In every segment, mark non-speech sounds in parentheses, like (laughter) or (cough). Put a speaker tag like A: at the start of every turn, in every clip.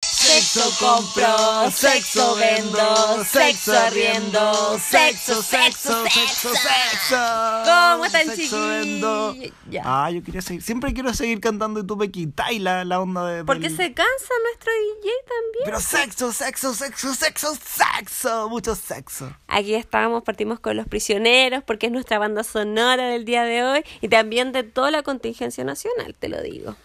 A: Sexo compro, sexo vendo, sexo arriendo, sexo, sexo, sexo, sexo.
B: ¿Cómo están,
A: Sexo vendo.
B: chiquillos? Ya.
A: Ah, yo quería seguir, siempre quiero seguir cantando y tú me quitáis la, la onda de...
B: Porque
A: del-
B: se cansa nuestro DJ también.
A: Pero sexo, sexo, sexo, sexo, sexo, mucho sexo.
B: Aquí estábamos, partimos con Los Prisioneros, porque es nuestra banda sonora del día de hoy y también de toda la contingencia nacional, te lo digo.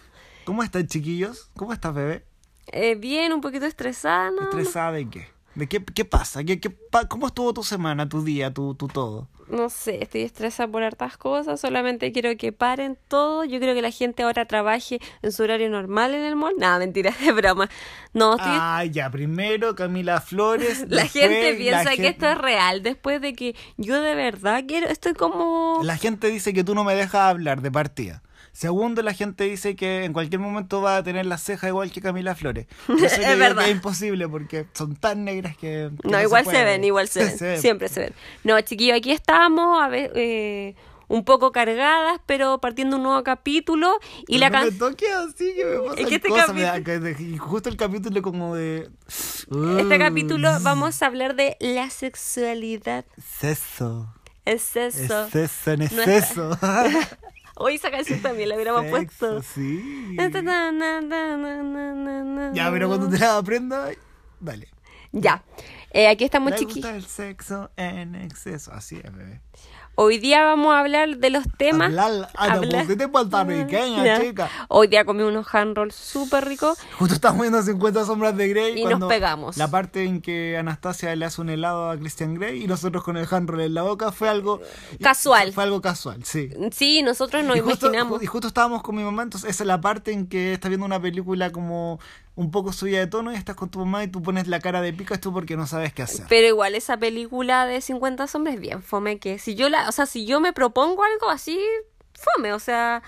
A: ¿Cómo están, chiquillos? ¿Cómo estás, bebé?
B: Eh, bien, un poquito estresada, ¿no?
A: ¿Estresada de qué? ¿De qué, qué pasa? ¿Qué, qué pa- ¿Cómo estuvo tu semana, tu día, tu, tu todo?
B: No sé, estoy estresada por hartas cosas, solamente quiero que paren todo. Yo creo que la gente ahora trabaje en su horario normal en el mall. Nada, mentira, (laughs) es broma. No, estoy...
A: Ah, ya, primero Camila Flores.
B: (laughs) La
A: después
B: gente
A: la
B: piensa que
A: gen-
B: esto es real después de que yo de verdad quiero, estoy como...
A: La gente dice que tú no me dejas hablar de partida. Segundo, la gente dice que en cualquier momento va a tener la ceja igual que Camila Flores.
B: (laughs)
A: Yo sé
B: Es
A: que digo
B: verdad.
A: que es imposible porque son tan negras que. que
B: No, igual se,
A: puede.
B: ven, igual
A: (laughs)
B: se ven. Siempre se ven. No, chiquillo, aquí estamos, a ver, eh, un poco cargadas, pero partiendo un nuevo capítulo y
A: Pero
B: la
A: no me
B: canción...
A: toque así que me pasan
B: que este
A: cosas, me da- que- y justo el capítulo como de. "Mm,
B: Este capítulo vamos a hablar de la sexualidad.
A: Sexo.
B: Es eso.
A: Es eso, en
B: Nuestra-
A: exceso.
B: (laughs) Hoy esa canción también la
A: (laughs)
B: hubiéramos
A: Sexo,
B: puesto. Este
A: Sí.
B: Na, na, na, na, na, na, na, na.
A: Ya, pero cuando te la aprendas, dale.
B: Ya. Eh, aquí estamos
A: Me
B: chiquillos.
A: gusta el sexo en exceso. Así es, bebé.
B: Hoy día vamos a hablar de los temas.
A: Hablar a la
B: Hablar-
A: puntita puertorriqueña,
B: Ya.
A: chica.
B: Hoy día comí unos hand rolls súper ricos.
A: Justo estamos viendo 50 sombras de Grey.
B: Y nos
A: cuando
B: pegamos.
A: La parte en que Anastasia le hace un helado a Christian Grey y nosotros con el handroll en la boca fue algo...
B: Casual.
A: Fue algo casual, sí.
B: Sí, nosotros nos
A: y justo,
B: imaginamos.
A: ju- y justo estábamos con mi mamá, entonces esa es la parte en que estás viendo una película como un poco subida de tono y estás con tu mamá y tú pones la cara de picas tú porque no sabes qué hacer.
B: Pero igual esa película de 50 sombras es bien fome que si yo la, o sea, si yo me propongo algo así fome, o sea,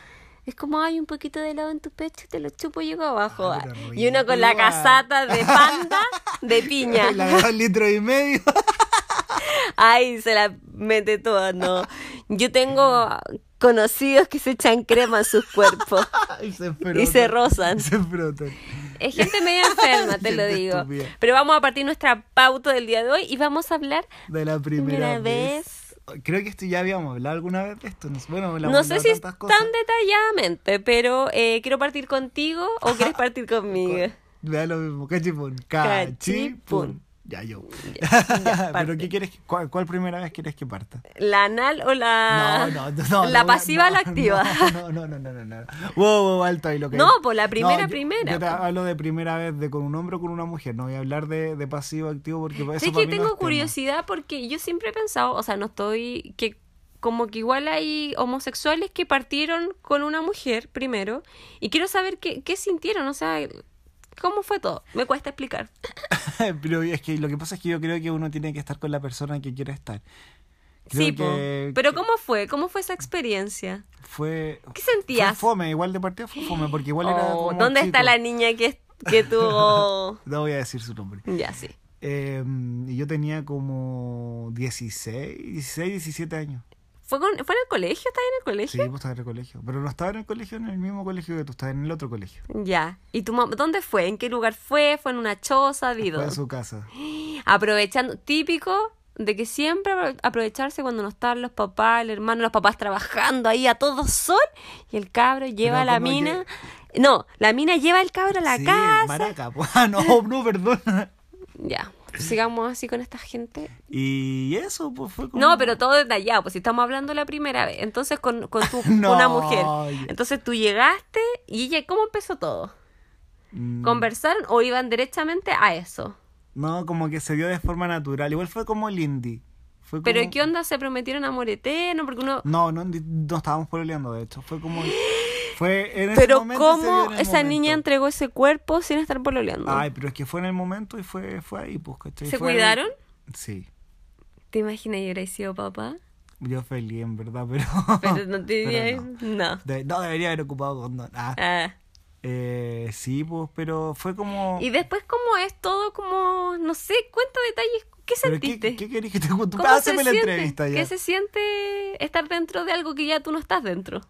B: es como hay un poquito de helado en tu pecho, te lo chupo y llego abajo.
A: Ah, pero
B: y uno con la
A: ridícula.
B: casata de panda de piña.
A: (laughs) La de dos litros y medio. (laughs)
B: Ay, se la mete toda, no. Yo tengo conocidos que se echan crema en sus cuerpos.
A: y se
B: Y se
A: frotan.
B: rozan.
A: (laughs) Se frotan.
B: Es gente medio enferma, te lo
A: Gente
B: digo.
A: estúpida.
B: Pero vamos a partir nuestra pauta del día de hoy y vamos a hablar.
A: De la primera
B: Primera
A: vez. Creo que esto ya habíamos hablado alguna vez de esto. No sé, bueno, hablamos
B: No sé
A: de
B: si es
A: tantas
B: tan
A: cosas.
B: detalladamente, pero eh, quiero partir contigo o
A: (laughs)
B: quieres partir conmigo.
A: Me da lo mismo. Cachipún.
B: Cachipún.
A: Cachipún. Ya yo.
B: parte.
A: (laughs) Pero ¿qué quieres? que- ¿Cuál, cuál primera vez quieres que parta?
B: ¿La anal o la.
A: No, no, no.
B: Ah, ¿La
A: no,
B: pasiva o
A: no,
B: la activa?
A: No, no, no, no, no. no. Wow, wow, alto ahí lo que.
B: No, pues la primera,
A: yo-
B: primera,
A: Yo te
B: pues.
A: hablo de primera vez de con un hombre o con una mujer. No voy a hablar de, de pasivo activo porque eso
B: Sí,
A: para
B: que
A: mí no
B: tengo
A: es tema.
B: curiosidad porque yo siempre he pensado, o sea, no estoy. que como que igual hay homosexuales que partieron con una mujer primero y quiero saber qué, qué sintieron, o sea, cómo fue todo. Me cuesta explicar.
A: (laughs) Pero es que lo que pasa es que yo creo que uno tiene que estar con la persona que quiere estar. Creo
B: sí, po.
A: que-
B: pero ¿cómo fue? ¿Cómo fue esa experiencia?
A: Fue.
B: ¿Qué sentías?
A: Fue fome, igual de partida fue fome, porque igual era.
B: Oh,
A: como
B: ¿Dónde está
A: chico.
B: la niña que, que tuvo...?
A: (laughs) No voy a decir su nombre.
B: ya, sí.
A: Eh, y yo tenía como 16, 16, 17 años.
B: ¿Fue, con- ¿Fue en el colegio? ¿Estás en el
A: Sí,
B: colegio?
A: pues estaba en el colegio. Pero no estaba en el colegio, en el mismo colegio que tú, estaba en el otro colegio.
B: Ya. ¿Y tu mamá? ¿Dónde fue? ¿En qué lugar fue? ¿Fue en una choza? Dido?
A: Fue en su casa.
B: Aprovechando, típico de que siempre apro- aprovecharse cuando no están los papás, el hermano, los papás trabajando ahí a todo sol y el cabro lleva a la
A: como que-
B: mina. No, la mina lleva el cabro a la
A: sí,
B: casa.
A: Maraca, po. Ah, no, (laughs) no, perdón.
B: Ya, sigamos así con esta gente.
A: Y eso, pues fue como.
B: No, pero todo detallado, pues si estamos hablando la primera vez, entonces con, con
A: (laughs)
B: tu, con
A: No,
B: una mujer.
A: oye.
B: Entonces tú llegaste y ella, ¿cómo empezó todo?
A: Mm.
B: ¿Conversaron o iban directamente a eso?
A: No, como que se dio de forma natural. Igual fue como el indie. Fue
B: Pero
A: como-
B: ¿qué onda? ¿Se prometieron amor eterno? Porque uno...
A: No, no, no estábamos pololeando, de hecho.
B: (gasps)
A: Fue como. Fue en ese
B: Pero
A: momento. y se dio
B: ¿cómo
A: en el
B: esa
A: momento.
B: niña entregó ese cuerpo sin estar pololeando?
A: Ay, pero es que fue en el momento y fue, fue ahí, pues, ¿cachai?
B: ¿Se
A: Fue algo-
B: cuidaron?
A: Sí.
B: ¿Te imaginas yo hubiera sido papá?
A: Yo feliz, en verdad, pero.
B: (laughs) Pero
A: (laughs)
B: no te
A: Ah, pero
B: diría...
A: no.
B: No.
A: De- no debería haber ocupado condón. Ah,
B: Ah.
A: eh, sí, pues, pero fue como.
B: Y después, ¿cómo es todo? Como, no sé, cuenta detalles. ¿Qué
A: ¿Pero
B: sentiste?
A: qué, ¿Qué querés que te cuente?
B: ¿Cómo se
A: Hazme la
B: siente?
A: entrevista ya.
B: ¿Qué
A: (laughs)
B: se siente estar dentro de algo que ya tú no estás dentro?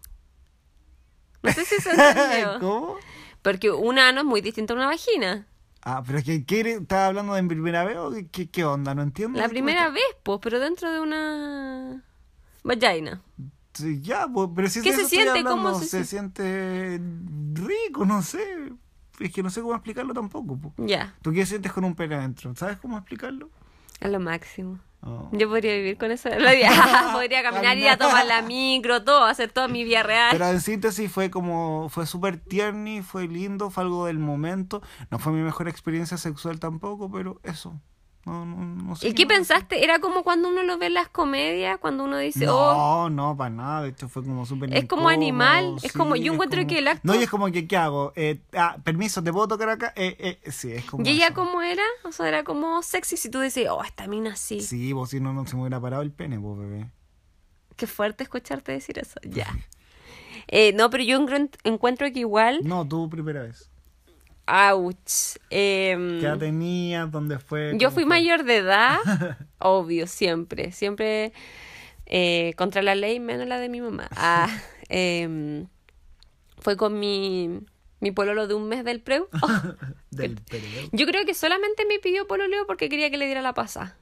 B: No sé si se entendió.
A: (laughs) ¿Cómo?
B: Porque un ano es muy distinto a una vagina.
A: Ah, pero que quiere, ¿estás hablando de mi primera vez o qué, qué onda? No entiendo.
B: La
A: ¿Qué
B: primera
A: me
B: vez, pues, pero dentro de una vagina.
A: está- Sí, Ya, pues, pero si
B: ¿Qué
A: de
B: se
A: eso estoy
B: siente? ¿Cómo
A: hablando,
B: se
A: se siente rico, no sé. Es que no sé cómo explicarlo tampoco. pues. po.
B: Ya,
A: ¿Tú qué sientes con un pene adentro? ¿Sabes cómo explicarlo?
B: a lo máximo.
A: Oh.
B: Yo podría vivir con eso. Lo haría.
A: (laughs)
B: (laughs) podría caminar, ir a tomar la micro, todo, hacer toda mi vida real.
A: Pero en síntesis fue como, fue súper tierni, fue lindo, fue algo del momento. No fue mi mejor experiencia sexual tampoco, pero eso. No, no, no sé.
B: ¿Y qué
A: más.
B: pensaste? Era como cuando uno lo ve en las comedias, cuando uno dice, oh,
A: No, no, para nada. De hecho, fue como súper.
B: Es como animal,
A: incómodo,
B: es como- yo encuentro que el acto-
A: No, y es como que, ¿qué hago? Eh, ah, permiso, ¿te puedo tocar acá? Eh, eh, sí, es como.
B: ¿y ella
A: eso.
B: cómo era? O sea, era como sexy si tú dices, oh, esta mina sí.
A: Sí, vos si no, no se me hubiera parado el pene, vos, bebé.
B: Qué fuerte escucharte decir eso. Ya. Eh, no, pero yo encuent- encuentro que igual,
A: No, tu primera vez.
B: ouch. em,
A: ¿Qué edad tenías? ¿Dónde fue?
B: yo
A: ¿Cómo
B: fui
A: fue?
B: mayor de
A: (laughs)
B: edad, obvio, siempre, siempre eh, contra la ley, menos la de mi
A: (laughs)
B: mamá. Ah, em, fue con mi, mi pololo de un mes del
A: (laughs)
B: preu.
A: Del periodo.
B: Yo creo que solamente me pidió pololeo porque quería que le diera la pasa.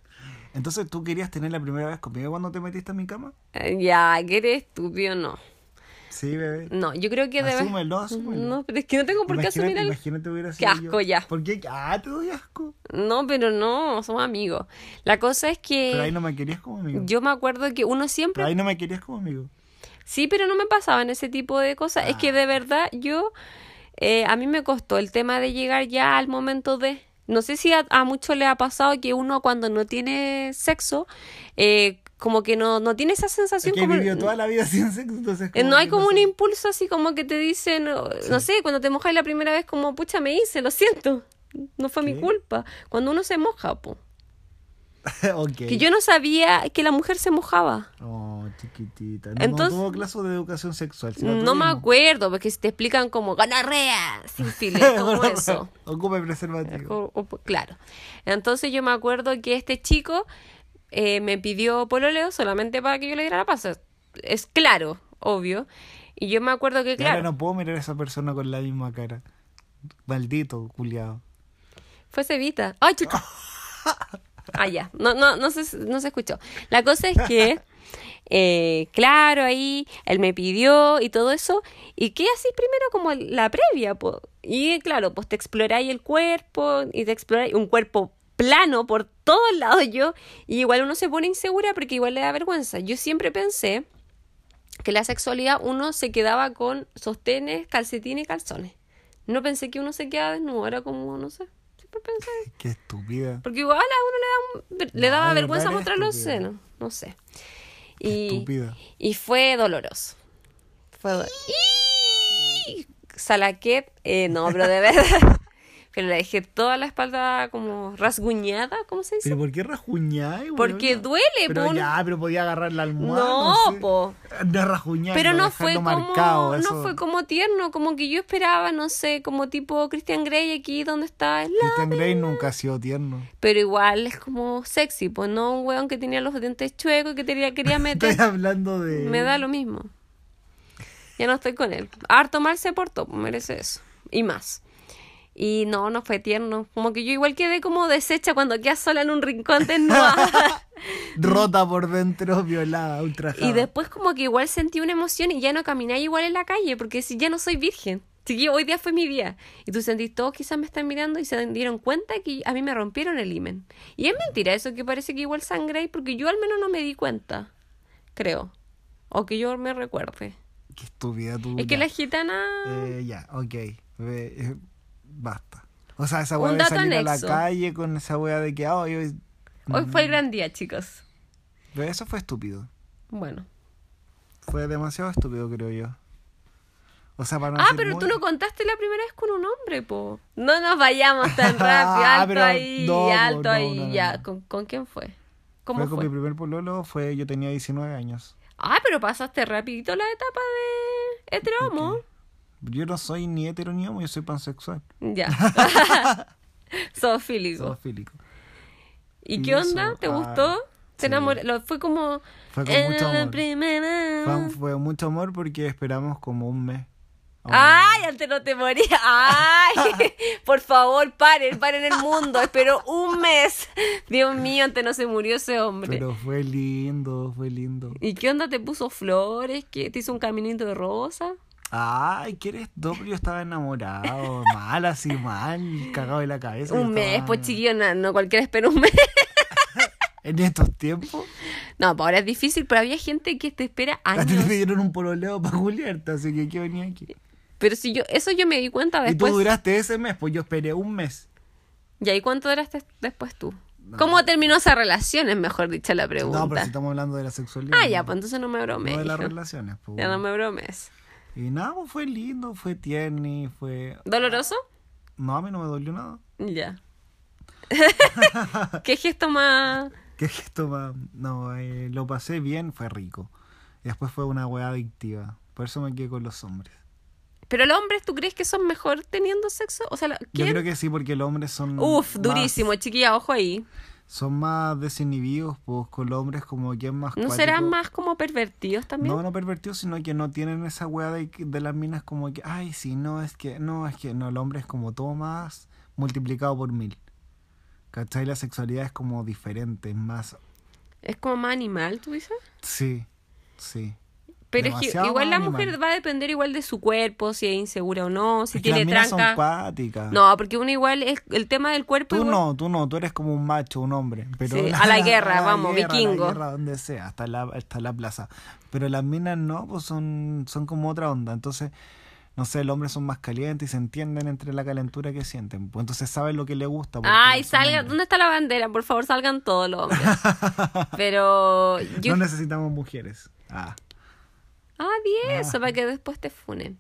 A: Entonces, ¿tú querías tener la primera vez conmigo cuando te metiste en mi cama?
B: Eh, Ya, que eres estúpido, no.
A: Sí, bebé.
B: No, yo creo que debes...
A: Asúmelo, asúmelo.
B: No, pero es que no tengo por qué asumir
A: imagínate,
B: algo.
A: imagínate hubiera
B: Qué
A: sido
B: asco
A: yo.
B: ya.
A: ¿Por qué? Ah, te doy asco.
B: No, pero no, somos amigos. La cosa es
A: Pero ahí
B: que
A: no me querías como amigo.
B: Eh, yo me acuerdo que uno
A: Pero
B: siempre...
A: ahí no me querías como amigo.
B: Sí, pero no me pasaban ese tipo de cosas. Es
A: Ah.
B: que de verdad yo... eh, a mí me costó el tema de llegar ya al momento de... No sé si a, a muchos les ha pasado que uno cuando no tiene sexo, eh, como que no, no tiene esa sensación
A: Es que he
B: como...
A: vivido toda la vida (laughs) sin sexo, entonces.
B: Eh, No hay
A: que
B: como un
A: sé.
B: impulso así como que te dicen, no, no sé, cuando te mojas la primera vez, como, pucha, me hice, lo siento, no fue mi
A: ¿Qué?
B: culpa. Cuando uno se moja, po.
A: (laughs) ok.
B: Que yo no sabía que la mujer se mojaba.
A: Oh, chiquitita. No,
B: Entonces-
A: no tuvo clase de educación sexual. si
B: No me
A: tuvimos.
B: acuerdo, porque si te explican como gonorrea, (laughs) sífilis,
A: (laughs)
B: como eso.
A: Ocupe preservativo.
B: O- o- claro. Entonces yo me acuerdo que este chico eh, me pidió pololeo solamente para que yo le diera la pasa. Es claro, obvio. Y yo me acuerdo que,
A: Y ahora
B: claro,
A: no puedo mirar a esa persona con la misma cara. Maldito, culiado.
B: Fue Cevita. ¡Ay, chucha! Ah, ya. No, no, no, se, no se escuchó. La cosa es que, eh, claro, ahí él me pidió y todo eso. ¿Y qué así primero como la previa? po. Y eh, claro, pues te exploráis el cuerpo y te exploráis un cuerpo plano por todos lados yo. Y igual uno se pone insegura porque igual le da vergüenza. Yo siempre pensé que la sexualidad uno se quedaba con sostenes, calcetines y calzones. No pensé que uno se quedaba desnudo, era como, no sé, siempre pensé.
A: Qué estúpida.
B: Porque igual a uno le, da, un- le
A: No,
B: daba
A: de
B: vergüenza
A: verdad
B: mostrar
A: eres
B: los
A: estúpida.
B: senos, no sé.
A: Qué
B: Y,
A: estúpida.
B: y fue doloroso. Fue do- ¡Iiii! Salaquet, eh, no, pero
A: (laughs)
B: de verdad. Pero le dejé toda la espalda como rasguñada, ¿cómo se dice?
A: ¿Pero por qué rajuñáis,
B: Porque
A: weona?
B: duele,
A: Pero
B: po, un-
A: ya, pero podía agarrar la almohada.
B: No,
A: sé.
B: po.
A: De rajuñar.
B: Pero no
A: dejarlo
B: fue como
A: marcado,
B: no
A: eso.
B: fue como tierno, como que yo esperaba, no sé, como tipo Christian Grey aquí donde está el
A: Christian Grey nunca ha sido tierno.
B: pero igual es como sexy, pues no un weón que tenía los dientes chuecos y que tenía-
A: (laughs)
B: quería meter.
A: Estoy hablando de.
B: Me da lo mismo. Ya no estoy con él. Harto mal se portó, pues, merece eso. Y más. Y no, no fue tierno. Como que yo igual quedé como deshecha cuando quedas sola en un rincón desnuda.
A: Rota por dentro, violada, ultrajada.
B: y después como que igual sentí una emoción y ya no caminé igual en la calle porque si ya no soy virgen. Chiquillo, hoy día fue mi día. Y tú sentís, todos quizás me están mirando y se dieron cuenta que a mí me rompieron el himen. Y es mentira eso que parece que igual sangré porque yo al menos no me di cuenta. Creo. O que yo me recuerde.
A: Qué estúpida tú.
B: Es que
A: ya.
B: la gitana.
A: Eh, ya, ok. Ve, eh, basta. O sea, esa
B: Un
A: weá de
B: dato
A: salir
B: anexo.
A: a la calle con esa weá de que. ah, hoy- hoy-
B: Hoy fue el
A: mm.
B: gran día, chicos.
A: Pero eso fue estúpido.
B: Bueno.
A: Fue demasiado estúpido, creo yo. O sea, para no
B: Ah,
A: decir
B: pero
A: muy-
B: tú no contaste la primera vez con un hombre, po. No nos vayamos tan
A: (laughs)
B: rápido.
A: Ah,
B: Alto
A: pero
B: ahí,
A: no, po,
B: alto
A: no,
B: ahí.
A: no, no,
B: ya,
A: no.
B: ¿Con, con quién fue?
A: fue
B: ¿Cómo
A: con
B: fue?
A: mi primer pololo, fue yo tenía 19 años.
B: Ah, pero pasaste rapidito la etapa de este heteromo.
A: Yo no soy ni hetero ni homo, yo soy pansexual. (laughs)
B: Ya. Zoofílico.
A: Zoofílico.
B: ¿Y
A: Y
B: qué onda?
A: eso,
B: ¿Te
A: ah,
B: gustó? ¿Te
A: sí.
B: enamoró? Lo- Fue como.
A: Fue con
B: en
A: mucho
B: la
A: amor.
B: primera.
A: Fue, fue mucho amor porque esperamos como un mes.
B: ¡Ay, antes no te morías.
A: (laughs)
B: Ay, por favor, paren, paren el mundo. Esperó un mes. Dios mío, antes no se murió ese hombre.
A: Pero fue lindo, fue lindo.
B: ¿Y qué onda? ¿Te puso flores? ¿Qué? ¿Te hizo un caminito de rosa?
A: Ay, que eres doble, yo
B: (laughs)
A: estaba enamorado, mal, así mal, cagado de la cabeza. yo
B: Un mes,
A: estaba-
B: pues chiquillo, no, no cualquiera espera un mes. (laughs)
A: En estos tiempos,
B: No, pues ahora es difícil, pero había gente que te
A: (laughs)
B: espera
A: a ti te
B: años.
A: dieron un pololeo para Julieta, así que ¿qué venía aquí?
B: Pero si yo, eso yo me di cuenta
A: Y tú
B: después.
A: duraste ese mes, pues yo esperé un mes.
B: ¿Y ahí cuánto duraste después tú? ¿Cómo terminó esa relación? Es mejor dicha la pregunta.
A: No, pero si estamos hablando de la sexualidad.
B: Ah, ya,
A: no-
B: pues entonces no me bromees.
A: No de las
B: hijo.
A: relaciones, pues.
B: Ya no me bromees.
A: Y nada, pues fue lindo, fue tierno, fue...
B: ¿Doloroso?
A: No, a mí no me dolió nada. (laughs)
B: Ya. ¿Qué gesto más?
A: ¿Qué gesto más? No, eh, lo pasé bien, fue rico. Y después fue una weá adictiva. Por eso me quedé con los hombres.
B: ¿Pero los hombres tú crees que son mejor teniendo sexo? O sea, la-
A: Yo
B: ¿quién?
A: creo que sí, porque los hombres son.
B: Uf,
A: más-
B: durísimo, chiquilla, ojo ahí.
A: son más desinhibidos, pues con los hombres como que es más.
B: ¿No
A: cuático.
B: serán más como pervertidos también?
A: No, no pervertidos, sino que no tienen esa weá de, de las minas como que, ay, sí, no, es que, no, es que, no, el hombre es como todo más multiplicado por mil. ¿Cachai? La sexualidad es como diferente, es más.
B: Es como más animal, tú dices.
A: Sí, sí.
B: Pero es
A: Demasiado
B: que igual
A: más
B: la
A: animal.
B: mujer va a depender igual de su cuerpo, si es insegura o no, si
A: Es que las
B: tiene
A: minas son
B: tranca.
A: cuáticas.
B: No, porque uno igual es el tema del cuerpo.
A: Tú
B: igual-
A: no, tú no, tú eres como un macho, un hombre. Pero (laughs)
B: Sí, a la guerra, vamos,
A: guerra, a
B: vikingo.
A: la guerra, donde sea, hasta la, hasta la plaza. Pero las minas no, pues son, son como otra onda. Entonces, no sé, los hombres son más calientes y se entienden entre la calentura que sienten. Pues entonces saben lo que le gusta. porque
B: Ay,
A: son
B: salgan.
A: hombres.
B: ¿Dónde está la bandera? Por favor, salgan todos los hombres.
A: (laughs)
B: Pero yo.
A: No necesitamos mujeres. Ah,
B: Ah, di eso, para que después te funen.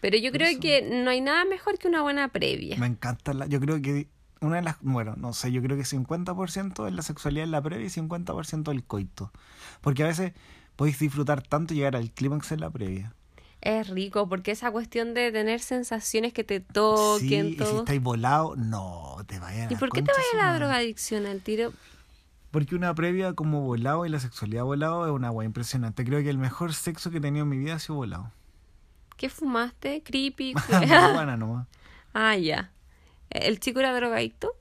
B: Pero yo creo que no hay nada mejor que una buena previa.
A: me encanta la. Yo creo que una de las. Bueno, no sé, yo creo que 50% es la sexualidad en la previa y 50% el coito. Porque a veces podéis disfrutar tanto y llegar al clímax en la previa.
B: Es rico, porque esa cuestión de tener sensaciones que te toquen,
A: sí, y si
B: Oh, todo.
A: estáis volado, no, te vayas a
B: ¿Y
A: la
B: por qué te
A: concha
B: vaya
A: su
B: la
A: madre.
B: drogadicción al tiro?
A: Porque una previa como volado y la sexualidad volado es una wea impresionante. Creo que el mejor sexo que he tenido en mi vida ha sido
B: (laughs)
A: volado.
B: ¿Qué fumaste?
A: (laughs)
B: Creepy.
A: Marihuana nomás.
B: ah, ya. ¿El chico era drogadicto?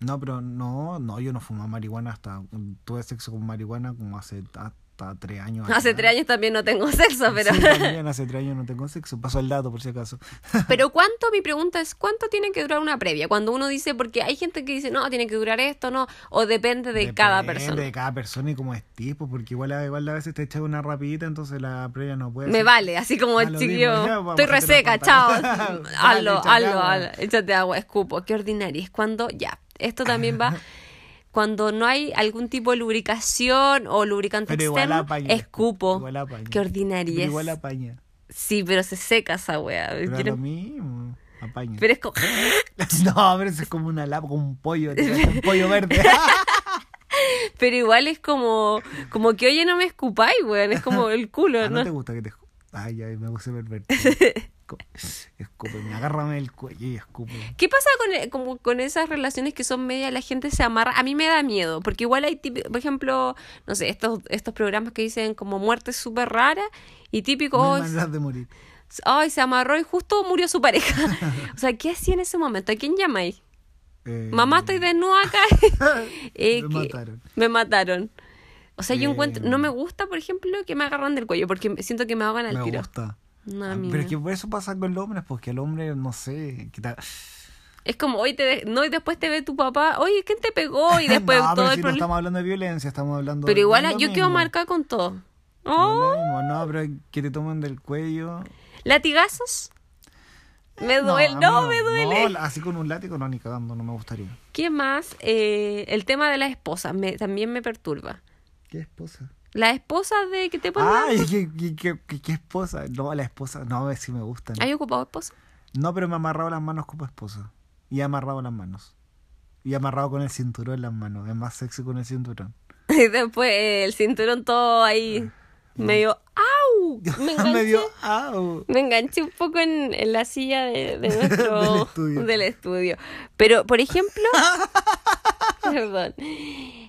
A: No, pero no, no, yo no fumaba marihuana hasta... Tuve sexo con marihuana como hace hasta tres años.
B: Hace
A: atrás.
B: tres años también no tengo sexo, (laughs) pero...
A: Sí, también, hace tres años no tengo sexo. Paso el dato por si acaso.
B: pero ¿cuánto? Mi pregunta es, ¿cuánto tiene que durar una previa? Cuando uno dice, porque hay gente que dice, no, tiene que durar esto, no, o depende (laughs) de cada
A: Depende
B: persona.
A: De cada persona y como es tipo, porque igual, igual a veces te echas una rapidita, entonces la previa no puede
B: Me
A: ser-
B: vale, así como
A: Ah,
B: el
A: lo
B: chiquillo.
A: mismo, ya, vamos
B: Estoy
A: a hacer la
B: reseca,
A: cuenta.
B: chao.
A: (laughs) Dale,
B: hazlo,
A: échate
B: hazlo,
A: agua.
B: hazlo. Échate agua, escupo. Qué ordinaria. Es cuando, ya, esto también
A: (laughs)
B: va. Cuando no hay algún tipo de lubricación o lubricante
A: Pero igual
B: externo,
A: apaña.
B: escupo.
A: Igual apaña.
B: Qué
A: Pero
B: ordinaria. es. (laughs)
A: igual apaña.
B: Sí, pero se seca esa wea.
A: Pero es
B: Quiero-
A: lo mismo. Apaña.
B: pero es como.
A: (laughs) No, pero eso es como una lapa, como un pollo. te das Un
B: (laughs)
A: pollo verde.
B: (laughs)
A: Ah,
B: Pero igual es como. Como que, oye, no me escupáis, weón. Es como el culo,
A: Ah,
B: ¿no?
A: ¿No te gusta que te escu- Ay, ay, me
B: (laughs)
A: puse pervertido. Escu- Escúpeme, agárrame el cuello y escúpeme.
B: ¿Qué pasa con, e- como con esas relaciones que son media, la gente se amarra? A mí me da miedo, porque igual hay, típi- por ejemplo, no sé, estos, estos programas que dicen como muerte súper rara y típico,
A: No
B: oh,
A: hay maneras de morir.
B: s- ay, se amarró y justo murió su pareja. (laughs) o sea, ¿qué hacía en ese momento? ¿A quién llamáis?
A: Eh,
B: Mamá,
A: (laughs)
B: estoy desnuda acá. (laughs) Eh,
A: Me
B: que-
A: mataron.
B: Me mataron. O sea, yo
A: Eh,
B: encuentro, no me gusta, por ejemplo, que me agarran del cuello, porque me- siento que me ahogan al
A: Me
B: tiro.
A: gusta.
B: No, a
A: Ah,
B: mí
A: pero
B: no.
A: es que por eso pasa con los hombres, porque el hombre, no sé, que ta-
B: Es como, hoy te de- no, y después te ve tu papá, oye, ¿quién te
A: (laughs)
B: pegó? (laughs) Y después
A: no,
B: todo el
A: pero si no
B: problema.
A: estamos hablando de violencia, estamos hablando
B: Pero
A: de-
B: igual
A: de
B: yo
A: lo
B: quedo
A: mismo.
B: marcada con todo.
A: No,
B: Oh,
A: lo mismo, no, pero que te tomen del cuello.
B: ¿Latigazos? Me duele,
A: a
B: no,
A: mí
B: me duele.
A: no, así con un látigo no, ni cagando, no me gustaría.
B: ¿Qué más? Eh, el tema de las esposas me, también me perturba.
A: ¿Qué esposa?
B: Las esposas de que te ponen...
A: Ay, ¿qué, qué, qué- qué- qué esposa? No, la esposa, no, sí me gustan.
B: ¿Hay ocupado esposa?
A: No, pero me he amarrado las manos como esposa. Y he amarrado las manos. Y he amarrado con el cinturón las manos. Es más sexy con el cinturón.
B: (laughs)
A: (laughs)
B: Y después eh, el cinturón todo ahí, medio...
A: (laughs)
B: ¡Au! Me enganché,
A: me dio, au.
B: me enganché un poco en, en la silla de,
A: (laughs)
B: de
A: Del
B: nuestro...
A: estudio.
B: del estudio. Pero, por
A: (laughs)
B: ejemplo... Perdón.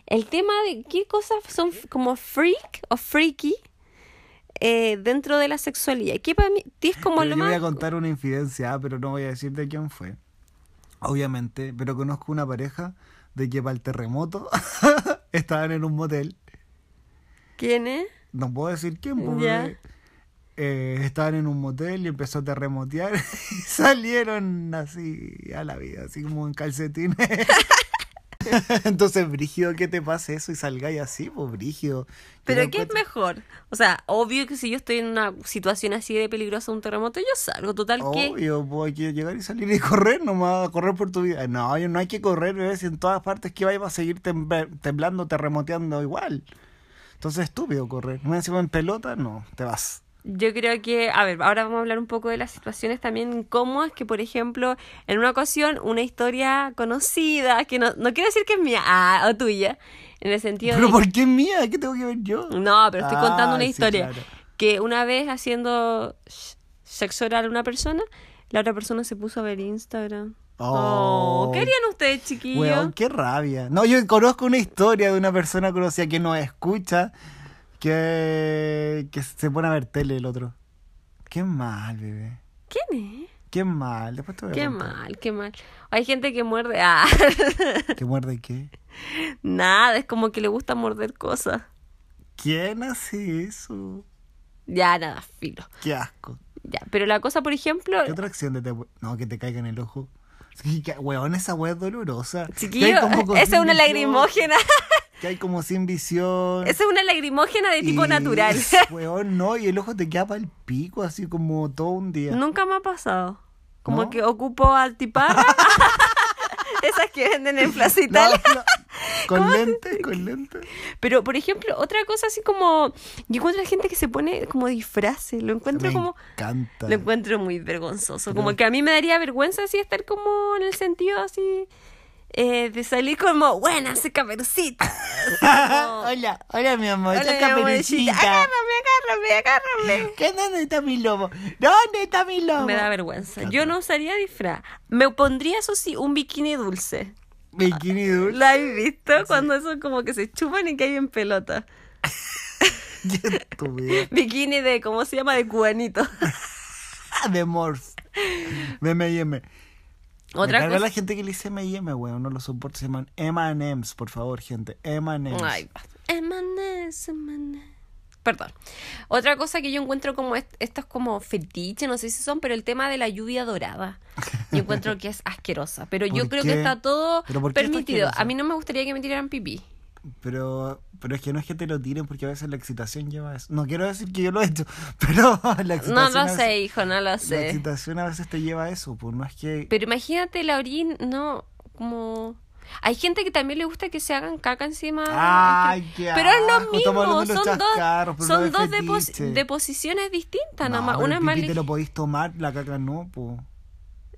B: El tema de qué cosas son f- como freak o freaky eh, dentro de la sexualidad. Que para mí es como
A: Pero
B: lo
A: yo voy a
B: más...
A: contar una infidencia, ah, pero no voy a decir de quién fue. Obviamente, pero conozco una pareja de que para el terremoto (laughs) estaban en un motel.
B: ¿Quién es?
A: No puedo decir quién, porque
B: Ya.
A: eh, estaban en un motel y empezó a terremotear (laughs) y salieron así a la vida, así como en calcetines. (laughs) Entonces, Brígido, que te pase eso y salgáis así, pues Brígido. Yo
B: Pero
A: lo
B: ¿qué es
A: encuentro-
B: mejor? O sea, obvio que si yo estoy en una situación así de peligrosa, un terremoto, yo salgo. Total que...
A: Obvio, pues hay que llegar y salir y correr nomás, correr por tu vida. No, yo- no hay que correr, bebé, si en todas partes que vais va a seguir tembe- temblando, terremoteando igual. Entonces estúpido correr. Más encima en pelota, no, te vas.
B: Yo creo que, a ver, ahora vamos a hablar un poco de las situaciones también incómodas que, por ejemplo, en una ocasión, una historia conocida, que no, no quiero decir que es mía ah, o tuya, en el sentido
A: Pero
B: de...
A: ¿por qué mía? ¿Qué tengo que ver yo?
B: No, pero estoy contando
A: Ah,
B: una
A: sí,
B: historia.
A: claro.
B: Que una vez haciendo sh- sexo oral a una persona, la otra persona se puso a ver Instagram.
A: Oh.
B: Oh, ¿Qué harían ustedes, chiquillos?
A: Weón, qué rabia. No, yo conozco una historia de una persona conocida que no escucha, que, que se pone a ver tele el otro. Qué mal, bebé.
B: ¿Quién es?
A: Qué mal. Después te voy a
B: Qué
A: contar.
B: mal, qué mal. Hay gente que muerde. Ah, (laughs)
A: ¿Que muerde qué?
B: nada, es como que le gusta morder cosas.
A: ¿Quién hace eso?
B: Ya, nada, filo.
A: Qué asco.
B: Ya, pero la cosa, por ejemplo,
A: ¿Qué otra acción de te... No, que te caiga en el ojo. Sí, que- Weón, esa weá es dolorosa. Que hay
B: chiquillo,
A: como
B: (laughs)
A: con
B: esa es
A: sin
B: una
A: visión, (laughs)
B: lagrimógena.
A: Que hay como sin visión.
B: Esa es una lagrimógena de tipo
A: y- (laughs)
B: natural.
A: Weón, no, y el ojo te queda para el pico, así como todo un día.
B: Nunca me ha pasado. Como
A: ¿No?
B: que ocupo altiparra. (laughs) Esas que venden en Plaza Italia.
A: (laughs)
B: (laughs)
A: No, no. Con lentes, con lentes.
B: Pero, por ejemplo, otra cosa así como. Yo encuentro a gente que se pone como disfraces. Lo encuentro
A: Me
B: como.
A: encanta. (laughs)
B: Lo encuentro muy vergonzoso.
A: No.
B: Como que a mí me daría vergüenza así estar como en el sentido así. eh, de salir como, buena, soy caperucita.
A: hola, hola mi amor,
B: Hola,
A: soy
B: mi amorcita.
A: Caperucita.
B: Agárrame, agárrame, agárrame.
A: ¿Qué, ¿Dónde está mi lobo? ¿Dónde está mi lobo?
B: Me da vergüenza.
A: Claro.
B: Yo no usaría disfraz. Me pondría, eso sí, un bikini dulce.
A: Bikini dulce. (laughs)
B: ¿La habéis visto? Cuando eso como que se chupan y que hay en pelota.
A: Qué estúpido. (laughs)
B: Bikini de, ¿cómo se llama? De cubanito.
A: De Morse. De M&M. Me
B: Otra
A: carga
B: cosa.
A: la gente que le dice M&M, weón. No lo soporto. Se llaman M&M's, por favor, gente. M&M's.
B: Ay, basta. Emanes, emanes. Perdón. Otra cosa que yo encuentro como est- estos como fetiches, no sé si son, pero el tema de la lluvia
A: (laughs)
B: dorada. Yo encuentro que es asquerosa, pero yo
A: ¿Por
B: creo
A: qué?
B: que está todo
A: ¿Pero por qué está
B: permitido.
A: asquerosa?
B: A mí no me gustaría que me tiraran pipí.
A: Pero, pero es que no es que te lo tiren porque a veces la excitación lleva a eso. No quiero decir que yo lo he hecho, (laughs) pero la excitación.
B: No
A: a
B: lo
A: veces-
B: sé, hijo, no lo
A: La
B: sé.
A: excitación a veces te lleva a eso, pues no es que.
B: Pero imagínate la orina, no, como... Hay gente que también le gusta que se hagan caca encima.
A: Ay, qué
B: pero es lo
A: asco, estamos hablando
B: mismo,
A: de los
B: son
A: chascarros,
B: dos,
A: pero
B: son
A: no
B: dos
A: de
B: de, pos-
A: fetiche.
B: de posiciones distintas,
A: No,
B: nomás.
A: pero
B: Una
A: el
B: es más
A: pipí te
B: lig-
A: lo podéis tomar, la caca no, pues.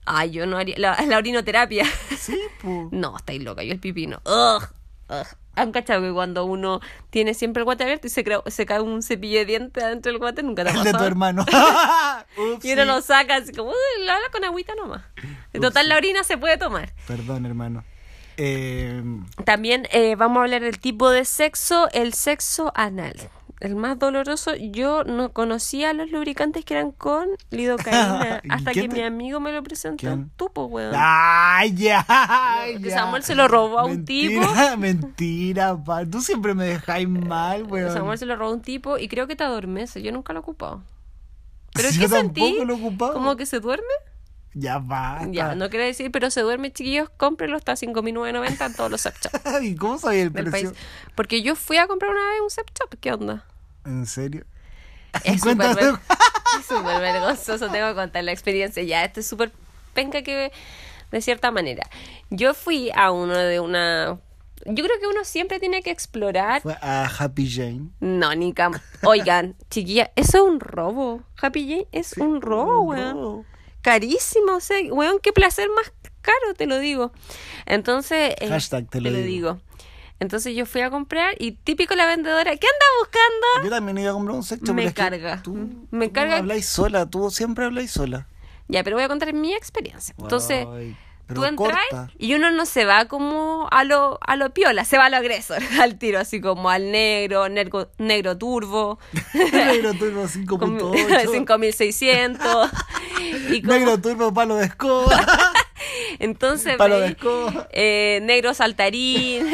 B: Ay, yo no haría la, la orinoterapia. (laughs)
A: Sí, pues.
B: No, estáis loca, yo el pipí no. Ugh, ugh. ¿Han cachado que cuando uno tiene siempre el guate abierto y se, crea- se cae un cepillo de dientes adentro del guate? Nunca te ha
A: El de tu
B: pasado? (laughs)
A: hermano. (laughs) Ups,
B: Y uno lo saca así como, "Uy, lávalo con agüita nomás. En total, la orina se puede tomar.
A: Perdón, hermano. Eh,
B: También eh, vamos a hablar del tipo de sexo, el sexo anal. El más doloroso, yo no conocía los lubricantes que eran con
A: (laughs)
B: lidocaína. hasta que
A: ¿Quién te-
B: mi amigo me lo presentó.
A: ¿Quién? Ah,
B: Tú, po, weón.
A: ¡Ay, ya!
B: Que
A: ya.
B: Samuel se lo robó a un tipo. Eh,
A: mentira, (laughs) Mentira, pa. Tú siempre me dejáis mal, weón.
B: Samuel se lo robó un tipo y creo que te adormece. Yo nunca lo he ocupado. ¿Pero
A: (laughs) Yo
B: qué
A: tampoco
B: sentí?
A: lo he ocupado. Ah,
B: ¿Como que se duerme?
A: Ya va.
B: Ya, no quiero decir, pero se duerme, chiquillos. Cómprenlo hasta 5.990 en todos los sex
A: (laughs)
B: shops
A: (laughs) ¿Y cómo sabía el
B: del
A: precio?
B: país. Porque yo fui a comprar una vez un sex shop. ¿Qué onda?
A: ¿En serio?
B: Es súper
A: (laughs) Cuéntame.
B: ver- es (laughs) súper vergonzoso, tengo que contar la experiencia. Ya, esto es súper penca que de cierta manera. Yo fui a uno de una... Yo creo que uno siempre tiene que explorar...
A: Fue a Happy Jane.
B: No, ni cam... Oigan, chiquilla, eso es un robo. Happy Jane es un robo,
A: un
B: weón.
A: robo.
B: Carísimo, o sea, weón, qué placer más caro, te lo digo. Entonces... eh,
A: Hashtag te lo digo.
B: Entonces yo fui a comprar y típico la vendedora, ¿qué anda buscando?
A: Yo también iba a comprar un sexto.
B: Me
A: pero es que
B: carga.
A: tú-
B: Me
A: tú
B: carga-
A: Habláis sola, tú siempre habláis sola.
B: Ya, pero voy a contar mi experiencia. Entonces,
A: Ay,
B: tú entras y uno no se va como a lo, a lo piola, se va al agresor, (laughs) al tiro, así como al negro, negro, negro turbo. (laughs)
A: negro turbo
B: con- (laughs)
A: 5.8. (laughs)
B: 5600. y como-
A: Negro turbo palo de escoba.
B: entonces,
A: palo de
B: veis,
A: escoba.
B: eh, negro
A: (laughs)
B: saltarín.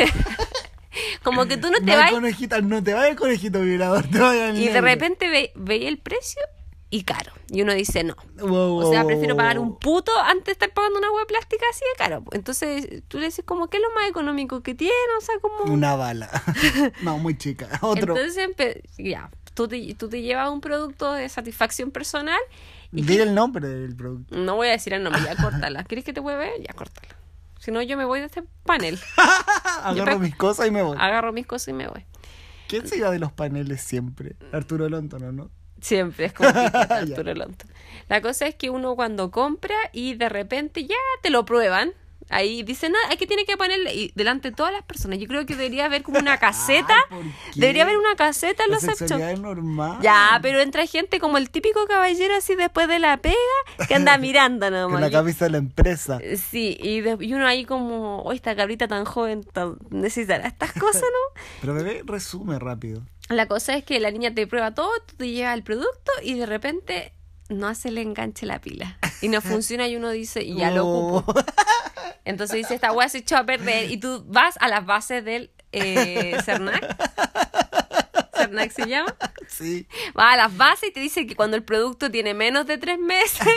B: como que tú (laughs) no te
A: No hay
B: vas
A: conejita- no te vaya el conejito vibrador, te vaya el
B: y de
A: negro.
B: repente ve- veis el precio y caro. Y uno dice no.
A: Wow,
B: O sea,
A: wow,
B: prefiero
A: wow,
B: pagar
A: wow.
B: un puto antes de estar pagando una hueá plástica así de caro. Entonces tú le dices como, ¿qué es lo más económico que tiene? O sea, como...
A: Una bala. (laughs) no,
B: (laughs)
A: muy chica. Otro.
B: Entonces, empe- ya, tú te, tú te llevas un producto de satisfacción personal y
A: Dile el nombre del producto.
B: no voy a decir el nombre, ya
A: (laughs)
B: córtala. ¿Quieres que te hueve? Ya córtala. Si no, yo me voy de este
A: (laughs)
B: panel.
A: Ah, Agarro
B: pe-
A: mis cosas y me voy.
B: Agarro mis cosas y me voy.
A: ¿Quién se iba de los paneles siempre? Arturo Lontono, ¿no?
B: Siempre es
A: (laughs)
B: como picante,
A: Ya.
B: Arturo Lonto. La cosa es que uno cuando compra y de repente ya te lo prueban, ahí dicen, ah, aquí tiene que ponerle y delante de todas las personas. Yo creo que debería haber como
A: (laughs)
B: una caseta.
A: ¿por qué?
B: debería haber una caseta en
A: La
B: los sex shops.
A: sexualidad es normal.
B: Ya, pero entra gente como el típico caballero así después de la pega que
A: (laughs)
B: anda mirando
A: Con
B: nomás.
A: la
B: Yo-
A: cabeza de la empresa.
B: Eh. Sí, y, de- y uno ahí como, oh, esta cabrita tan joven tan- necesitará
A: (laughs)
B: estas cosas, ¿no?
A: Pero bebé, resume rápido.
B: La cosa es que la niña te prueba todo, tú te llevas el producto y de repente no hace el enganche la pila. Y
A: (laughs)
B: no funciona y uno dice, y ya lo ocupo.
A: Oh.
B: Entonces dice, esta weá se echó a perder. Y tú vas a las bases del eh,
A: (laughs)
B: Cernac. Cernac se llama.
A: (laughs) Sí. (laughs)
B: Vas a las bases y te dice que cuando el producto tiene menos de tres meses,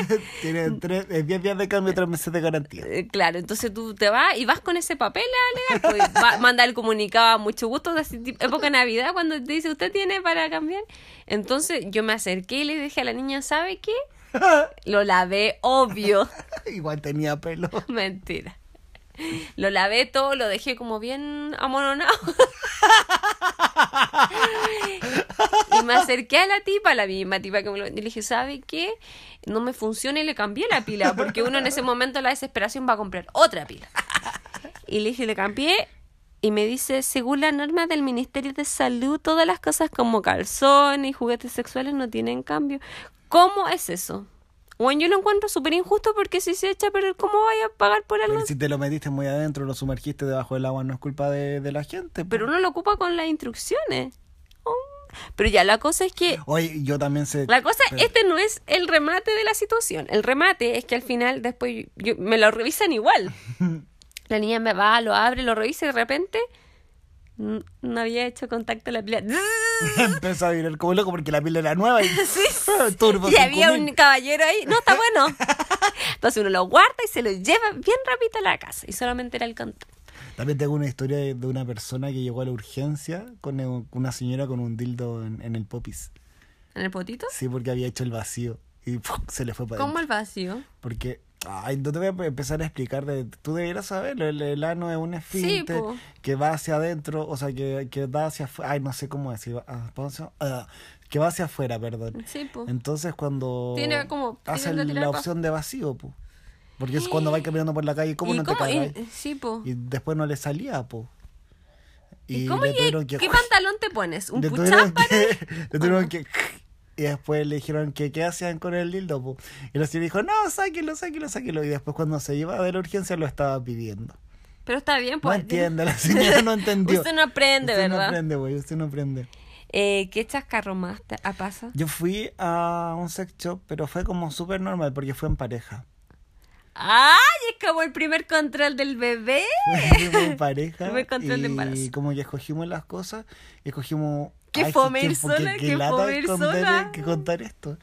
A: Tiene tres- eh, 10 días de cambio, 3 meses de garantía. (laughs)
B: Eh, Claro, entonces tú te vas y vas con ese papel a alegar, pues, va- manda el comunicado a mucho gusto, de así, tipo, época de Navidad, cuando te dice, usted tiene para cambiar. Entonces yo me acerqué y le dije a la niña, ¿sabe qué? Lo lavé, obvio. (laughs)
A: Igual tenía pelo.
B: Mentira. Lo lavé todo, lo dejé como bien amononado. (laughs) y me acerqué a la tipa, la misma tipa que me lo vendió, y le dije, ¿sabe qué? No me funciona y le cambié la pila, porque uno en ese momento la desesperación va a comprar otra pila. Y le dije, le cambié. Y me dice, según las normas del Ministerio de Salud, todas las cosas como calzones y juguetes sexuales no tienen cambio. ¿Cómo es eso? Bueno, yo lo encuentro súper injusto porque si se echa, pero ¿cómo vaya a pagar por algo?
A: Pero si te lo metiste muy adentro, lo sumergiste debajo del agua, no es culpa de, de la gente. po.
B: Pero uno lo ocupa con las instrucciones. Oh. Pero ya la cosa es que
A: Oye, yo también sé.
B: La cosa,
A: Pero-
B: este no es el remate de la situación. El remate es que al final después yo- me lo revisan igual. La niña me va, lo abre, lo revisa y de repente n- no había hecho contacto la pila.
A: (laughs) Empezó a vibrar como loco porque la piel era
B: (laughs)
A: nueva y. (laughs) (laughs) Turbo
B: Y había
A: 5000.
B: un caballero ahí. No, está bueno. Entonces uno lo guarda y se lo lleva bien rápido a la casa. Y solamente era el contacto.
A: También tengo una historia de, de una persona que llegó a la urgencia con el- una señora con un dildo en, en el popis.
B: ¿En el potito?
A: Sí, porque había hecho el vacío y (laughs) ¡puf! se le fue para
B: ¿Cómo el vacío?
A: Porque, ay, no te voy a empezar a explicar, de- tú debieras saberlo, el, el ano es un esfínter
B: po.
A: que va hacia adentro, o sea, que, que da hacia afuera, ay, no sé cómo decir, ah, ¿cómo se llama? Ah, que va hacia afuera, perdón.
B: Sí, po.
A: Entonces cuando
B: Tiene como-
A: hace
B: tiene que tirar
A: la
B: pa-
A: opción de vacío, po. porque es cuando vas caminando por la calle, ¿cómo
B: ¿Y eh,
A: no
B: cómo?
A: te cagas?
B: Y- sí, po.
A: Y después no le salía, po.
B: ¿Y cómo
A: le
B: llegué-
A: tuvieron que...
B: ¿Qué
A: (laughs)
B: pantalón te pones? ¿Un
A: le
B: puchán
A: tuvieron
B: para
A: que, (laughs) le tuvieron que... Y después le dijeron que qué hacían con el dildo, po. Y la señora dijo, no, sáquelo, sáquelo, sáquelo. Y después cuando se llevaba de la urgencia lo estaba pidiendo.
B: Pero está bien,
A: No
B: pues.
A: entiende, la
B: (laughs)
A: señora no entendió.
B: Usted no aprende,
A: Usted no
B: ¿verdad?
A: aprende, güey, usted no aprende.
B: Eh, ¿Qué chascarro más te- a pasa?
A: Yo fui a un sex shop, pero fue como súper normal porque fue en pareja.
B: ¡Ay! Es como el primer control del bebé.
A: (laughs) Fuimos en pareja.
B: Primer control de
A: Y
B: embarazo.
A: como que escogimos las cosas, escogimos.
B: Qué
A: Ay,
B: fome
A: qué-
B: ir
A: qué-
B: sola,
A: qué
B: qué
A: lata
B: fome ir
A: contar-
B: sola.
A: que contar esto.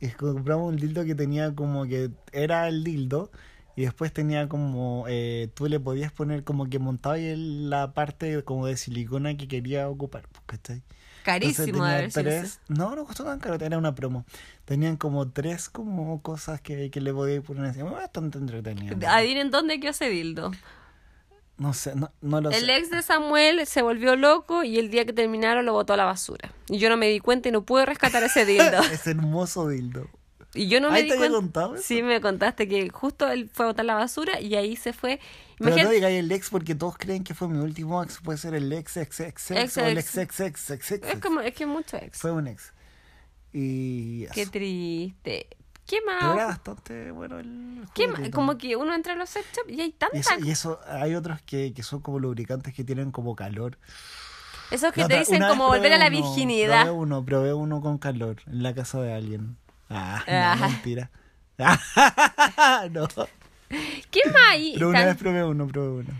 A: Y es que compramos un dildo que tenía como que era el dildo. Y después tenía como, eh, tú le podías poner como que montaba ahí el- la parte como de silicona que quería ocupar, pues, ¿cachai? Entonces
B: Carísimo de
A: tenía
B: haber sido
A: tres, no, no costó tan caro, era una promo. Tenían como tres como cosas que, que le podía poner encima, bastante entretenido.
B: eso. Adivinen dónde quedó ese dildo.
A: No sé, no, no lo
B: El
A: sé.
B: ex de Samuel se volvió loco y el día que terminaron lo botó a la basura. Y yo no me di cuenta y no pude rescatar ese
A: (laughs)
B: dildo.
A: Es hermoso dildo.
B: Y yo no me
A: Ahí
B: di
A: te había
B: cuenta.
A: contado eso.
B: Sí, me contaste que justo él fue a botar la basura y ahí se fue.
A: Pero no
B: Imagínate,
A: digáis el ex porque todos creen que fue mi último ex. Puede ser el ex, ex, ex, ex,
B: Ex,
A: o el ex,
B: ex.
A: ex, ex, ex, ex,
B: es,
A: ex.
B: como, es que es mucho ex.
A: Fue un ex. Y.
B: Qué
A: eso.
B: triste. ¿Qué
A: Pero
B: más?
A: era bastante bueno el
B: ¿Qué
A: juguete
B: más?
A: y
B: Como
A: todo.
B: que uno entra a los sex shops y hay tanta...
A: Y eso, y eso- hay otros que, que son como lubricantes que tienen como calor.
B: Esos que
A: La
B: te
A: otra-
B: dicen
A: una vez
B: como volver a la
A: probé uno,
B: virginidad.
A: Probé uno, probé uno con calor en la casa de alguien. Ah, no,
B: Ah.
A: mentira. (laughs) Ah. no.
B: ¿Qué más hay?
A: Pero una
B: tan-
A: vez probé uno, probé uno.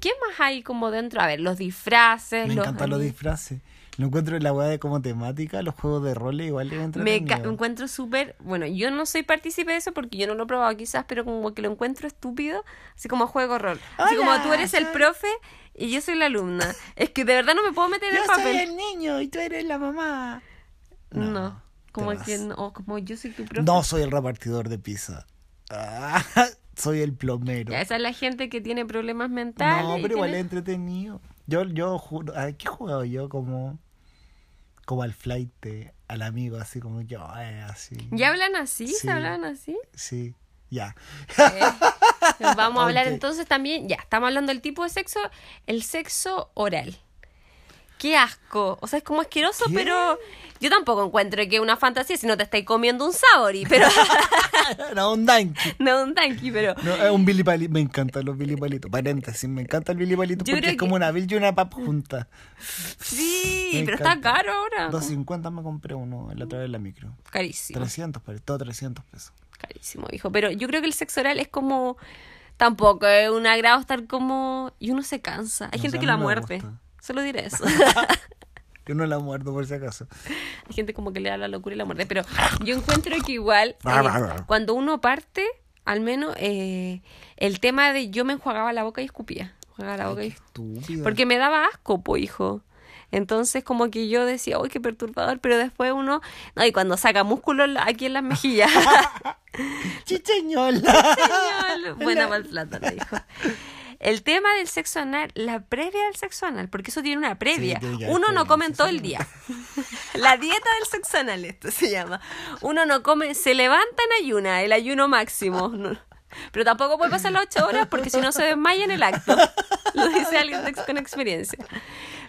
B: ¿Qué más hay como dentro? A ver, los disfraces.
A: Me
B: los
A: encantan los
B: ani-
A: disfraces. Lo encuentro en la weá de como temática, los juegos de rol igual es
B: Me ca-
A: entretenido.
B: encuentro súper. Bueno, yo no soy partícipe de eso porque yo no lo he probado quizás, pero como que lo encuentro estúpido, así como juego rol. Así
A: Hola,
B: como tú eres el
A: soy-
B: profe y yo soy la alumna. es que de verdad no me puedo meter en el papel.
A: niño y tú eres la mamá.
B: No.
A: te
B: Como
A: vas.
B: que no, o como yo soy tu profe.
A: No soy el repartidor de pizza. Ah, (laughs) soy el plomero.
B: Ya, esa es la gente que tiene problemas mentales.
A: No,
B: y
A: pero igual es
B: tiene-
A: entretenido. Yo, yo juro, ¿a qué he jugado yo? Como, como al flight, al amigo, así como yo, así.
B: ¿Ya hablan así?
A: Sí.
B: ¿Se hablan así?
A: Sí, ya. (laughs)
B: (laughs) Vamos a hablar
A: Ok.
B: entonces también, ya, estamos hablando del tipo de sexo, el sexo oral. Qué asco, o sea, es como asqueroso,
A: ¿Qué?
B: pero yo tampoco encuentro que es una fantasía si no te estáis comiendo un sabori,
A: (laughs)
B: pero (laughs)
A: Era un danky.
B: no un tanqui, pero
A: No, es un Billy Palito. Me encantan los Billy Palitos. Paréntesis, me encanta el Billy Palito
B: Yo
A: porque
B: creo
A: es como
B: que-
A: una Bill y una pap juntas.
B: sí,
A: Me
B: pero está
A: encanta.
B: caro ahora.
A: 250 me compré uno la otra vez en la micro.
B: Carísimo,
A: 300, pero todo 300 pesos.
B: carísimo, hijo, pero yo creo que el sexo oral es como tampoco es un agrado estar como y uno se cansa. Hay
A: No
B: gente
A: sé, a
B: que
A: mí
B: la
A: me
B: muerde.
A: gusta.
B: Solo diré
A: (laughs)
B: eso.
A: Yo no la muerdo por si acaso.
B: Hay gente como que le da la locura y la muerte, pero yo encuentro que igual
A: Bah,
B: eh,
A: bah, bah.
B: cuando uno parte, al menos eh, el tema de yo me enjuagaba la boca y escupía. Enjuagaba la boca y...
A: Estúpido.
B: Porque me daba asco, po, hijo. Entonces como que yo decía, uy, qué perturbador, pero después uno, no, y cuando saca músculo en la- aquí en las mejillas.
A: Chicheñola. (laughs)
B: Señor, Buena mal plata, le dijo. El tema del sexo anal, la previa del sexo anal, porque eso tiene una previa.
A: tiene que haber
B: Uno
A: previa
B: no
A: del
B: come en
A: sexo
B: todo el día. La dieta del sexo anal, esto se llama. Uno no come, se levanta en ayuna, el ayuno máximo. No. Pero tampoco puede pasar las ocho horas porque si no se desmaya en el acto. Lo dice alguien de- con experiencia.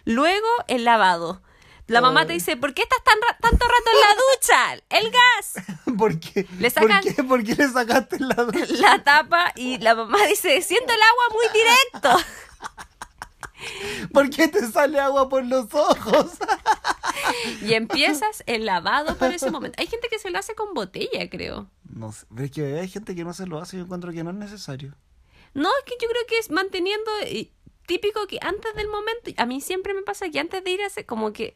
B: Luego, el lavado. La mamá te dice, ¿por qué estás tan ra- tanto rato en la ducha? El gas.
A: ¿Por qué?
B: Le
A: ¿Por
B: sacan-
A: qué? ¿Por qué le sacaste
B: (laughs)
A: la ducha?
B: la tapa y la mamá dice, siento el agua muy directo.
A: ¿Por qué te sale agua por los ojos? (laughs)
B: Y empiezas el lavado para ese momento. Hay gente que se lo hace con botella, creo.
A: No sé, pero es que hay gente que no se lo hace y yo encuentro que no es necesario.
B: No, es que yo creo que es manteniendo eh, típico que antes del momento, a mí siempre me pasa que antes de ir a hacer como que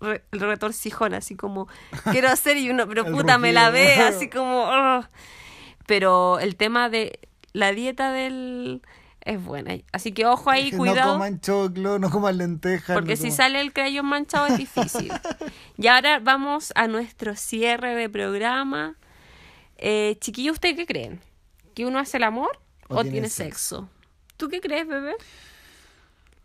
B: re- el retorcijón, así como quiero hacer y uno, pero
A: El
B: puta, me la ve,
A: rugido.
B: así como... "Ugh". Pero el tema de la dieta del... Es buena. Así que ojo ahí,
A: No
B: cuidado.
A: coman choclo, no coman lentejas.
B: Porque
A: no
B: si
A: coman-
B: sale el crayón manchado es difícil. y ahora vamos a nuestro cierre de programa. Eh, chiquillo, ¿usted qué creen? ¿Que uno hace el amor o, tiene, sexo? ¿Tú qué crees, bebé?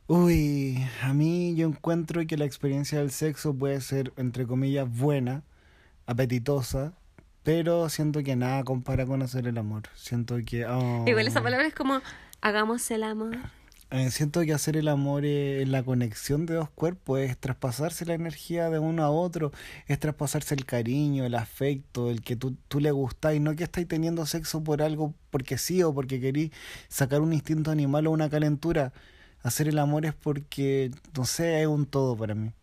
A: Uy, a mí yo encuentro que la experiencia del sexo puede ser, entre comillas, buena, apetitosa, pero siento que nada compara con hacer el amor. Siento que... oh,
B: Igual esa palabra es como hagamos el amor.
A: eh, siento que hacer el amor es la conexión de dos cuerpos, es traspasarse la energía de uno a otro, es traspasarse el cariño, el afecto, el que tú, tú le gustás y no que estáis teniendo sexo por algo porque sí o porque querís sacar un instinto animal o una calentura. Hacer el amor es porque, no sé, es un todo para mí.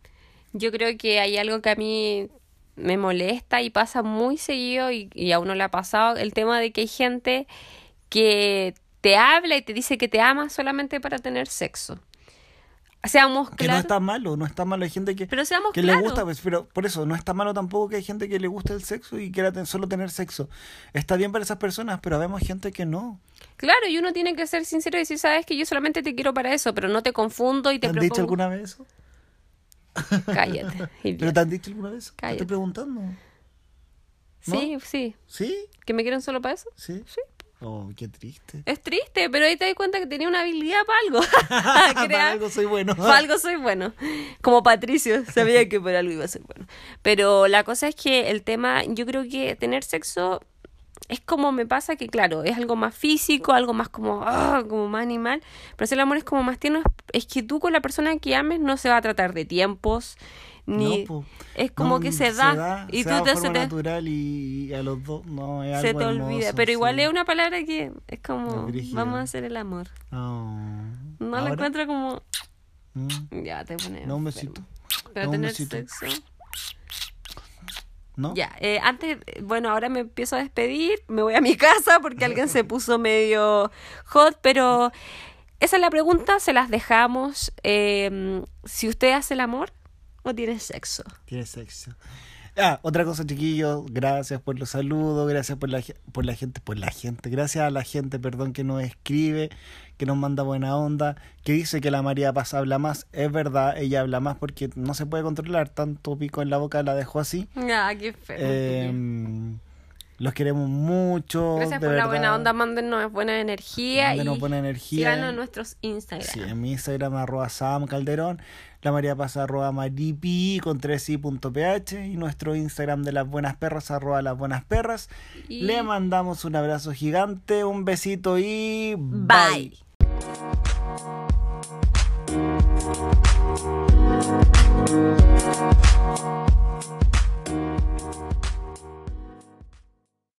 B: Yo creo que hay algo que a mí me molesta y pasa muy seguido y, y a uno le ha pasado el tema de que hay gente que te habla y te dice que te ama solamente para tener sexo. Seamos
A: Que no
B: claros.
A: está malo, no está malo. Hay gente que,
B: Pero seamos
A: que le
B: claros.
A: gusta, pues, pero por eso, no está malo tampoco que hay gente que le gusta el sexo y quiera ten- solo tener sexo. Está bien para esas personas, pero vemos gente que no.
B: Claro, y uno tiene que ser sincero y decir, sabes que yo solamente te quiero para eso, pero no te confundo y te
A: ¿Te han dicho
B: propongo.
A: alguna vez eso? (laughs)
B: Cállate.
A: ¿Pero
B: idiota.
A: te han dicho alguna vez? Te
B: Cállate.
A: estoy preguntando.
B: Sí, sí.
A: ¿Sí?
B: ¿Que me quieren solo para eso?
A: ¿Sí? Oh, qué triste.
B: Es triste, pero ahí te das cuenta que tenía una habilidad (laughs) para algo. (laughs) Crear-
A: (laughs) Para algo soy (laughs) bueno.
B: Para algo soy bueno. Como Patricio, sabía que por algo iba a ser bueno. Pero la cosa es que el tema, yo creo que tener sexo es como me pasa que, claro, es algo más físico, algo más como, ah, como más animal. Pero si el amor es como más tierno, es que tú con la persona que ames no se va a tratar de tiempos, ni...
A: No, po.
B: es como
A: No,
B: que se da, y
A: se
B: tú
A: da
B: te,
A: de
B: se
A: forma
B: te,
A: natural y, y a los dos no es
B: se
A: algo
B: te olvida.
A: hermoso,
B: Pero igual
A: sí.
B: es una palabra que es como,
A: Es brígido.
B: vamos a hacer el amor.
A: Ah,
B: No la
A: ahora,
B: encuentro como,
A: mm,
B: ya te pones.
A: No, un
B: enfermo.
A: besito.
B: Pero
A: No, un
B: tener
A: besito.
B: sexo.
A: ¿No?
B: Ya, eh, antes, eh, bueno, ahora me empiezo a despedir, me voy a mi casa porque alguien se puso medio hot, pero esa es la pregunta, se las dejamos. Eh, si usted hace el amor o tiene sexo.
A: Tiene sexo. Ah, otra cosa, chiquillos, gracias por los saludos, gracias por la, ge- por la gente, por la gente, gracias a la gente, perdón, que nos escribe, que nos manda buena onda, que dice que la María Paz habla más. Es verdad, ella habla más porque no se puede controlar, tanto pico en la boca la dejó así.
B: Ah, qué feo.
A: Eh, los queremos mucho.
B: Gracias
A: de
B: por la
A: verdad.
B: buena onda, mándennos buena energía
A: Mándenos
B: y
A: buena energía.
B: síganos en nuestros Instagram.
A: Sí, en mi Instagram arroba Sam Calderón, la María Paz arroba Maripi con 3i.ph y nuestro Instagram de las buenas perras arroba las buenas perras.
B: Y-
A: Le mandamos un abrazo gigante, un besito y
B: Bye.